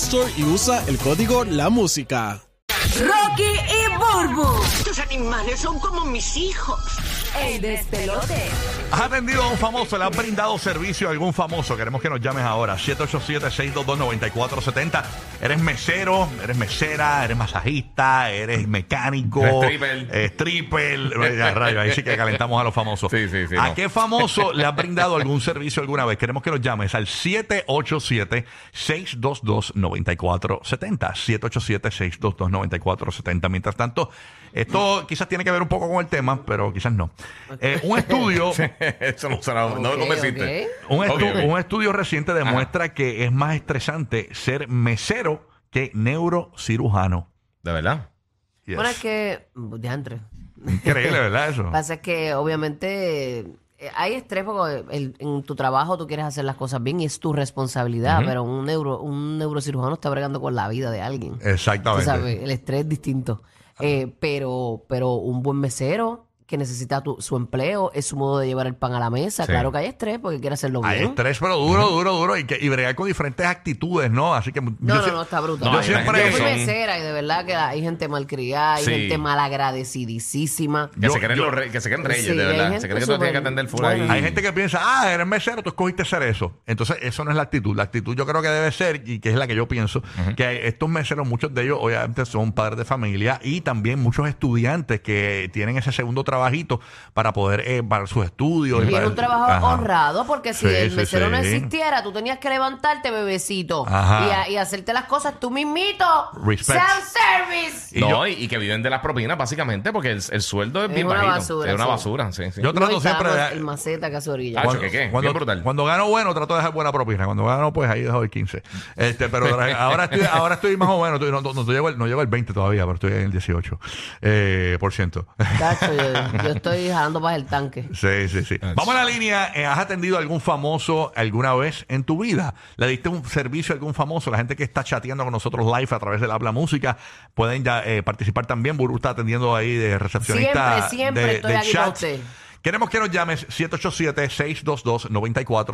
Store y usa el código La Música. Rocky y Burbu. Estos animales son como mis hijos. El despelote. ¿Has atendido a un famoso? ¿Le has brindado servicio a algún famoso? Queremos que nos llames ahora. 787-622-9470. Eres mesero, eres mesera, eres masajista, eres mecánico. Stripper. eh, stripper. Ya, rayo, ahí sí que calentamos a los famosos. Sí, sí, sí, ¿A no. qué famoso le has brindado algún servicio alguna vez? Queremos que nos llames al 787-622-9470. 787-622-9470. Mientras tanto, esto quizás tiene que ver un poco con el tema, pero quizás no. Eh, un estudio... Eso no será. no Ok, lo convenciste. Un, estu- Ok, ok. un estudio reciente demuestra que es más estresante ser mesero que neurocirujano. De verdad. Yes. Bueno, es que, diantre, Increíble, ¿verdad? Eso. pasa es que obviamente eh, hay estrés porque el- en tu trabajo tú quieres hacer las cosas bien y es tu responsabilidad, pero un, neuro, un neurocirujano está bregando con la vida de alguien. Tú Exactamente. sabes, el estrés es distinto. Eh, pero, pero un buen mesero que necesita tu- su empleo, es su modo de llevar el pan a la mesa. Sí. Claro que hay estrés porque quiere hacerlo Hay bien. estrés, pero duro, duro, duro. Y, que, y bregar con diferentes actitudes, ¿no? Así que. No, no, no, está brutal. No, yo hay gente que fui son- mesera y de verdad que hay gente malcriada, hay Sí. gente malagradecidísima. Que, Yo- se creen yo- los re- que se creen reyes, Sí, de hay verdad. gente Se creen que tú tienes que súper- atender full bueno. Hay ahí. gente que piensa, ah, eres mesero, tú escogiste ser eso. Entonces, eso no es la actitud. La actitud yo creo que debe ser, y que es la que yo pienso, que estos meseros, muchos de ellos obviamente son padres de familia y también muchos estudiantes que tienen ese segundo trabajito para poder, eh, para sus estudios. Y para era el- un trabajo Ajá. honrado, porque si Sí, el sí, mesero no sí. existiera, tú tenías que levantarte, bebecito, y, Ajá. a- y hacerte las cosas tú mismito. Respect. Self-service. Y no, yo- y, y que viven de las propinas, básicamente, porque el, el sueldo es, Es bien una bajito. basura, Es una sí. basura, sí, sí. Yo trato No, y siempre estábamos de- El maceta casi orilla. Ah, Cuando, ¿qué, qué? Bien cuando- brutal. cuando gano bueno, trato de dejar buena propina. Cuando gano, pues ahí dejo el 15. Este, pero tra- ahora estoy, ahora estoy más o menos. estoy- no, no, no llego al, no llego al 20 todavía, pero estoy en el 18%. eh, por ciento. Tacho, yo, yo estoy jalando para el tanque. Sí, sí, sí. Vamos a la línea. Eh, ¿Has atendido a algún famoso alguna vez en tu vida? ¿Le diste un servicio a algún famoso? La gente que está chateando con nosotros live a través del Habla Música pueden ya eh, participar también. Buru está atendiendo ahí de recepcionista. Siempre, siempre de, estoy del aquí para chat. usted. Queremos que nos llames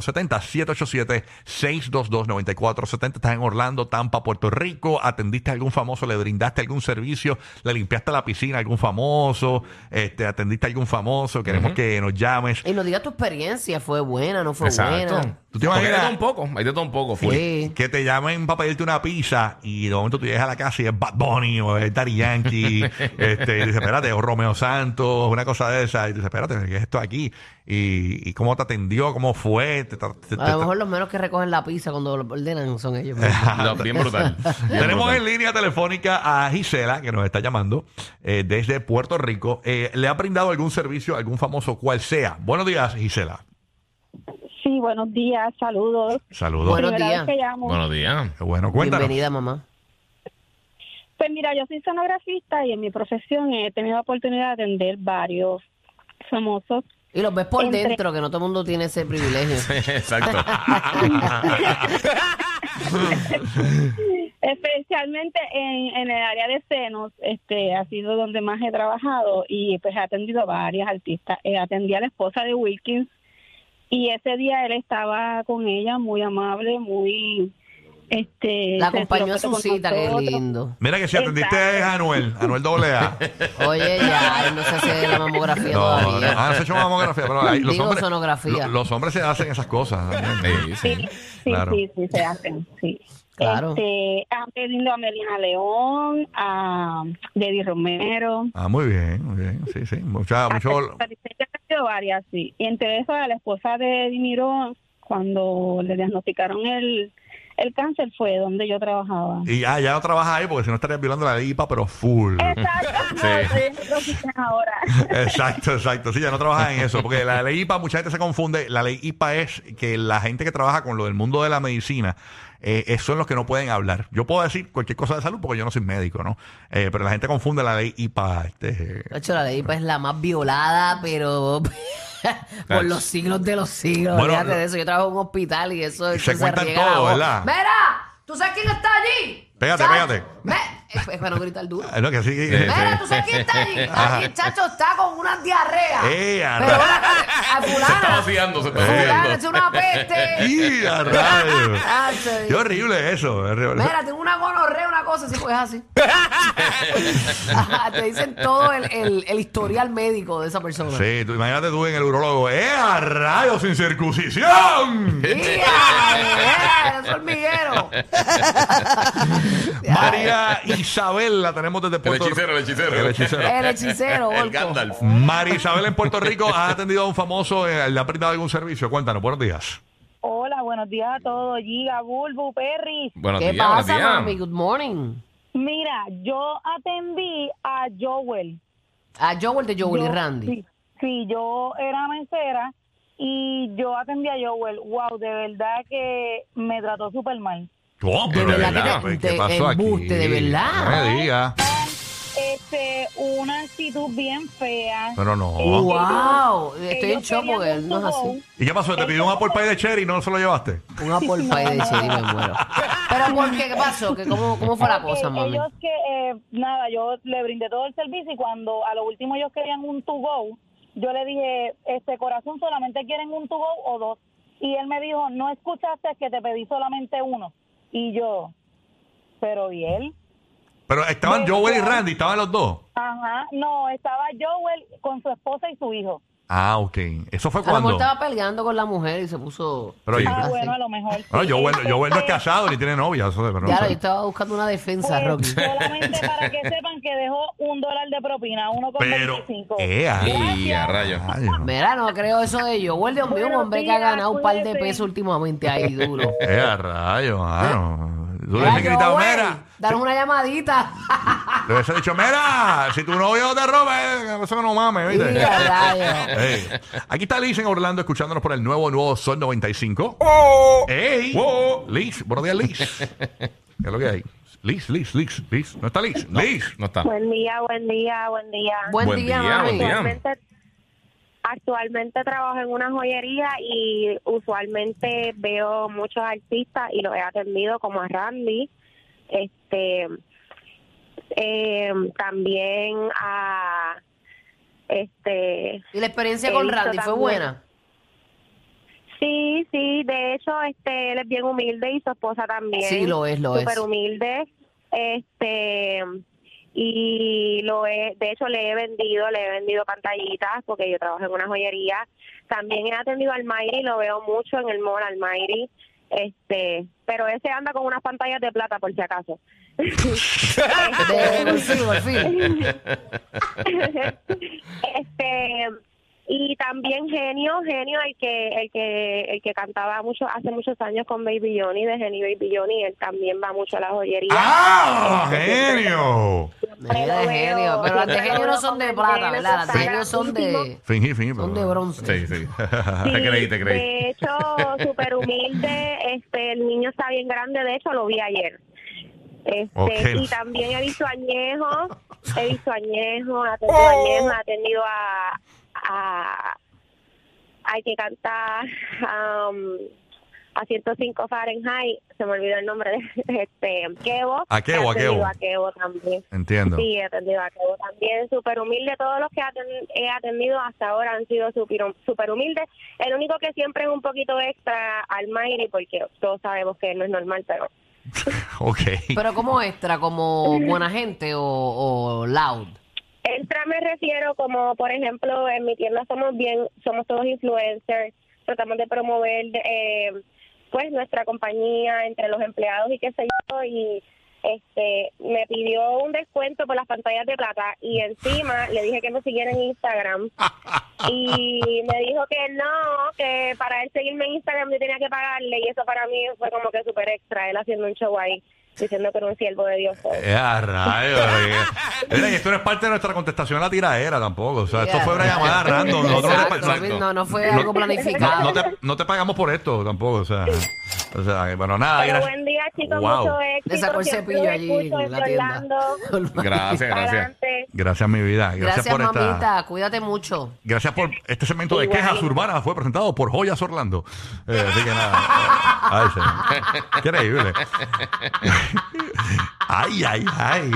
787-622-9470. 787-622-9470. Estás en Orlando, Tampa, Puerto Rico. ¿Atendiste a algún famoso? ¿Le brindaste algún servicio? ¿Le limpiaste la piscina a algún famoso? Este, ¿Atendiste a algún famoso? Queremos que nos llames. Y nos diga tu experiencia, ¿fue buena, no fue buena? ¿Tú te Porque hay de imaginas? todo un poco, hay de todo un poco. full. Sí. Que te llamen para pedirte una pizza y de momento tú llegas a la casa y es Bad Bunny o es Daddy Yankee. este, y dices, espérate, o Romeo Santos, una cosa de esa. Y dices, espérate, ¿qué es esto aquí? Y, y cómo te atendió, cómo fue. Te- te- te- A lo mejor los menos que recogen la pizza cuando lo ordenan son ellos. mismos. Lo- Bien brutal. Bien Tenemos brutal. en línea telefónica a Gisela, que nos está llamando eh, desde Puerto Rico. Eh, ¿Le ha brindado algún servicio a algún famoso, cual sea? Buenos días, Gisela. Sí, buenos días, saludos. Saludos. Bueno. Buenos Primera días. vez que llamo. Buenos días. Qué bueno, cuéntanos. Bienvenida, mamá. Pues mira, yo soy sonografista y en mi profesión he tenido la oportunidad de atender varios famosos. Y los ves por Entre- dentro, que no todo el mundo tiene ese privilegio. Exacto. Especialmente en, en el área de senos, este, ha sido donde más he trabajado y pues he atendido a varias artistas. Eh, atendí a la esposa de Wilkins y ese día él estaba con ella muy amable, muy Este, La se acompañó foto a su con cita, qué nosotros. lindo. Mira que si atendiste es Anuel, Anuel AA. Oye, ya, él no se hace la No, mamografía no, todavía. ah, se ha hecho mamografía, pero ahí los Digo hombres, sonografía. lo- los hombres se hacen esas cosas. también. Sí, sí. Sí, Claro. sí, sí, se hacen, sí. Claro. Este, han pedido a Melina León, a Deddy Romero, Ah, muy bien, muy bien, sí, sí, mucha, mucho, a Patricia Castillo varias, sí. Y entre eso a la esposa de Eddie Miró, cuando le diagnosticaron el, el cáncer, fue donde yo trabajaba. y ah, ya no trabajas ahí porque si no estarías violando la IPA, pero full. Eh, Exacto, Sí. no, sí, lo que dicen ahora. Exacto, exacto. Sí, ya no trabajas en eso. Porque la ley IPA, mucha gente se confunde. La ley IPA es que la gente que trabaja con lo del mundo de la medicina eh, eh, son los que no pueden hablar. Yo puedo decir cualquier cosa de salud porque yo no soy médico, ¿no? Eh, pero la gente confunde la ley IPA. Este, eh. De hecho, la ley pues, es la más violada, pero por los siglos de los siglos. Bueno, Olvídate no- de eso. Yo trabajo en un hospital y eso Y eso se cuentan riega la todo, voz. ¿verdad? ¡Mira! ¿Tú sabes quién está allí? Pégate, Chacho, pégate. ve- Es, es para no gritar duro. Ah, no, que sí. Sí, ¡Mira! ¿Tú sabes quién está allí? Ajá. Aquí el chacho está con una diarrea. ¡Eh, a pero ra- ahora, a Se está fulana. vaciando, se está Fulana, vaciando. es una peste. ¡Y a rayos! Chacho, ¡Qué horrible eso! es horrible. Mira, tengo una gonorrea, una cosa así, pues es así. Te dicen todo el, el- el historial médico de esa persona. Sí, tú, imagínate tú en el urologo. ¡Eh, a rayos sin circuncisión! ¡Ya! ¡Ya! eh, ¡Es hormiguero! María Isabel, la tenemos desde El Puerto hechicero, el hechicero. El hechicero. El hechicero, El Orco. Gandalf. María Isabel en Puerto Rico ha atendido a un famoso, eh, le ha brindado algún servicio. Cuéntanos, buenos días. Hola, buenos días a todos, Giga, Bulbu, Perry. Buenos ¿Qué días, buenos pasa, días. mami? Good morning. Mira, yo atendí a Joel. A Ah, Joel de Joel y Yo- Randy. Sí, sí, yo era mesera y yo atendí a Joel. Wow, de verdad que me trató súper mal. Oh, De pero verdad ¿qué que pues, te- ¿qué te pasó aquí? embuste, de verdad. No me diga. Este, una actitud bien fea. Pero no. Uh. ¡Wow! Que Estoy yo en shock quería porque él no es con así. ¿Y qué pasó? ¿Te pidió un apple pie de cherry y no se lo llevaste? Un apple pie de cherry me muero. ¿Pero por qué? ¿Qué pasó? ¿Qué, cómo, ¿Cómo fue la Porque cosa, mami? Ellos que, eh, nada, yo le brindé todo el servicio y cuando a lo último ellos querían un to go, yo le dije, este corazón solamente quieren un to go o dos. Y él me dijo, no escuchaste que te pedí solamente uno. Y yo, pero ¿y él? Pero estaban Bueno, Joel y claro. Randy, estaban los dos. Ajá, no, estaba Joel con su esposa y su hijo. Ah, ok. ¿Eso fue A lo mejor cuando? estaba peleando con la mujer y se puso... Pero oye, Ah, Ah, bueno, sí. a lo mejor. sí. bueno, Joel, Entonces, Joel no es casado ni tiene novia. Eso, pero no Ya, sé. yo estaba buscando una defensa, pues, Rocky. solamente para que sepan que dejó un dólar de propina, uno con Pero, 25. eh, a Y a rayos. rayos. Mira, no creo eso de Joel, Dios mío, un Buenos hombre que ha días, ganado un par de cuídese. pesos últimamente ahí, duro. Eh, a rayos, mano. Tú le Mira, has gritado, Joel, mira. Dale una llamadita. Le hubiese dicho, mira, si tu novio te roba, eh, eso no mames, ¿viste? Y a rayos. Ey. Aquí está Liz en Orlando escuchándonos por el nuevo, nuevo Sol 95. ¡Ey! Liz, buenos días, Liz. ¿Qué es lo que hay? Liz, Liz, Liz, Liz. ¿No está Liz? Liz. No está. Buen día, buen día, buen día. Buen, Buen día, día, mami. buen día. Actualmente, actualmente trabajo en una joyería y usualmente veo muchos artistas y los he atendido como a Randy, este, eh, también a este ¿Y la experiencia He con visto Randy fue también. buena? Sí, sí, de hecho, este, él es bien humilde y su esposa también. Sí, lo es, lo es. Súper humilde, este, y lo es, de hecho le he vendido, le he vendido pantallitas porque yo trabajo en una joyería. También he atendido al Mayri, lo veo mucho en el mall al Mayri, este, pero ese anda con unas pantallas de plata por si acaso. De bolsillo, al fin. este y también genio genio el que el que el que cantaba mucho hace muchos años con Baby Johnny de Genio Baby Johnny él también va mucho a la joyería ¡Ah! ¡Genio! Mira, de genio. Pero las de genio no son de plata, ¿verdad? Las de genio son de, Fingí, fingí. son de pero- Sí, bronce. sí. Sí, Te creí, te creí. de hecho súper humilde este el niño está bien grande de hecho lo vi ayer este, Ok. y también he visto añejo he visto añejo he atendido a añejo he atendido a a hay que cantar um, a 105 Fahrenheit, se me olvidó el nombre de este Kevo. A Kevo, He a atendido Kevo. a Kevo también. Entiendo. Sí, he atendido a Kevo también. Súper humilde. Todos los que aten- he atendido hasta ahora han sido súper super humildes. El único que siempre es un poquito extra al Mayri, porque todos sabemos que no es normal, pero ok. Pero ¿cómo extra? ¿Como buena gente o, o loud? Extra me refiero como, por ejemplo, en mi tienda somos bien, somos todos influencers, tratamos de promover eh, pues nuestra compañía entre los empleados y qué sé yo, y este me pidió un descuento por las pantallas de plata y encima le dije que me siguiera en Instagram y me dijo que no, que para él seguirme en Instagram yo tenía que pagarle y eso para mí fue como que súper extra, él haciendo un show ahí, diciendo que era un siervo de Dios. pues. Eh, a rayos, eh. Mira, y esto no es parte de nuestra contestación a la tiraera tampoco. O sea, esto Yeah. fue una llamada random. Nosotros no Exacto, te- exacto. No, no fue No- algo planificado. No, no te, no te pagamos por esto tampoco. O sea, o sea eh, bueno, nada. Pero gracias. buen día, chicos. Wow. Mucho éxito. Le sacó el Siempre cepillo los allí escucho en la desde tienda. Orlando. Gracias, gracias. Adelante. Gracias, mi vida. Gracias, Gracias, por esta. mamita. Cuídate mucho. Gracias por este segmento de Igual. quejas urbanas. Fue presentado por Joyas Orlando. Eh, así que nada. Ay, señor. Increíble. Ay, ay, ay.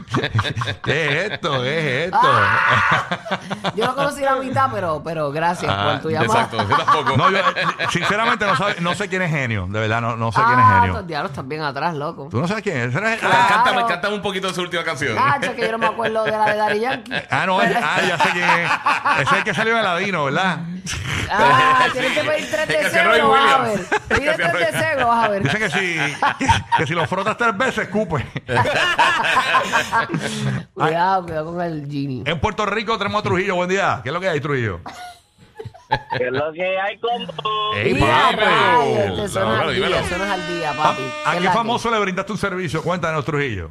¿Qué es esto? ¿Qué es esto? Yo no conocí la mitad, pero, pero gracias por tu llamada. Ah, Exacto, yo tampoco. No, yo, eh, sinceramente no, sabe- no sé quién es genio. De verdad, no, no sé quién es Ah, genio. los diablos están bien atrás, loco. ¿Tú no sabes quién es? ¿Eres- Ah, ah, cántame, Claro. cántame un poquito de su última canción. Cacho, que yo no me acuerdo de la de Daddy Yankee. ah, no, es- ah, ya sé quién es. Ese es el que salió de Ladino, ¿verdad? Ah, tienes que pedir Es tres que de hacía Roy cero, vas a ver. Williams. Pide Es que hacía tres de Roy- cero, vas a ver. Dicen que si, que si lo frotas tres veces, escupe. Cuidado, cuidado con el genie. En Puerto Rico tenemos a Trujillo. Buen día. ¿Qué es lo que hay, Trujillo? Que es lo que hay con Eh. vos? Ey, Ya, papi. rayo, Te suenas Dímelo, este al dímelo. día, suenas al día, ¿A, papi. a ¿Qué es qué la que? Ah, famoso le brindaste un servicio? Cuéntanos, Trujillo.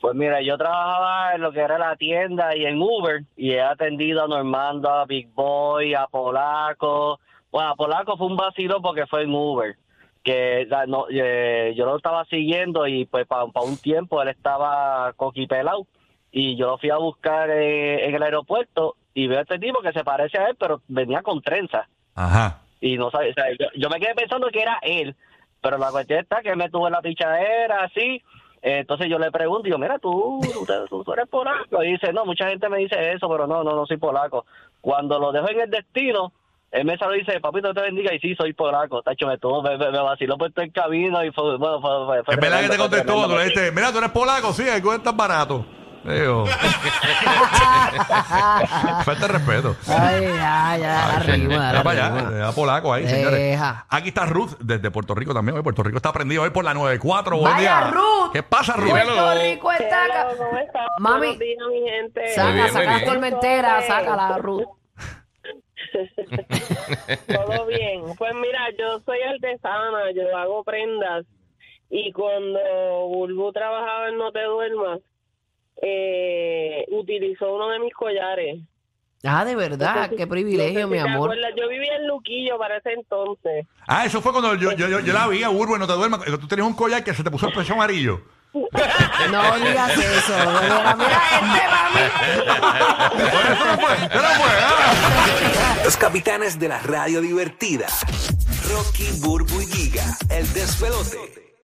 Pues mira, yo trabajaba en lo que era la tienda y en Uber y he atendido a Normando, a Big Boy, a Polaco. Bueno, a Polaco fue un vacilo porque fue en Uber. Que la- no, eh, yo lo estaba siguiendo y pues para un tiempo él estaba coquipelado y yo lo fui a buscar eh, en el aeropuerto y veo a este tipo que se parece a él pero venía con trenzas. Ajá. y no sabe, o sea, yo, yo me quedé pensando que era él, pero la cuestión está que él me tuvo en la pichadera, así, eh, entonces yo le pregunto, y yo, mira, tú, tú, te- tú eres polaco, y dice, no, mucha gente me dice eso, pero no, no, no soy polaco. Cuando lo dejo en el destino, él me salió y dice, papito, te bendiga, y sí, soy polaco, tacho, me tuvo, me, me, me vaciló por todo el camino, y fue, bueno, fue, fue- fue Es verdad que te tremendo, fue contestó, tú tremendo. le dijiste, mira, tú eres polaco, sí, el cuento es barato. Digo, falta de respeto. Ay, ay, ay, Ay, señor. arriba, Era para allá, arriba. era polaco ahí, Deja. señores. Aquí está Ruth desde Puerto Rico también. Hoy Puerto Rico está prendido hoy por la 94. Buen Vaya, día. Ruth. ¿Qué pasa, Ruth? Puerto Rico está acá. Hello, ¿cómo estás? Mami. Buenos días, mi gente. Saca, bien, muy saca la bien. tormentera, saca la Ruth. Todo bien. Pues mira, yo soy artesana, yo hago prendas. Y cuando Bulbu trabajaba en No Te Duermas, eh, utilizó uno de mis collares. Ah, de verdad, qué privilegio, No sé si mi te amor. acuerdas, Yo vivía en Luquillo para ese entonces. Ah, eso fue cuando yo, yo, yo, yo la vi a Urbo y no te duermas. que Tú tenías un collar que se te puso el pecho amarillo. No digas eso. de verdad. Mira, este Por eso no fue, eso no fue, ah. Los capitanes de la radio divertida. Rocky, Burbu y Giga. El despelote.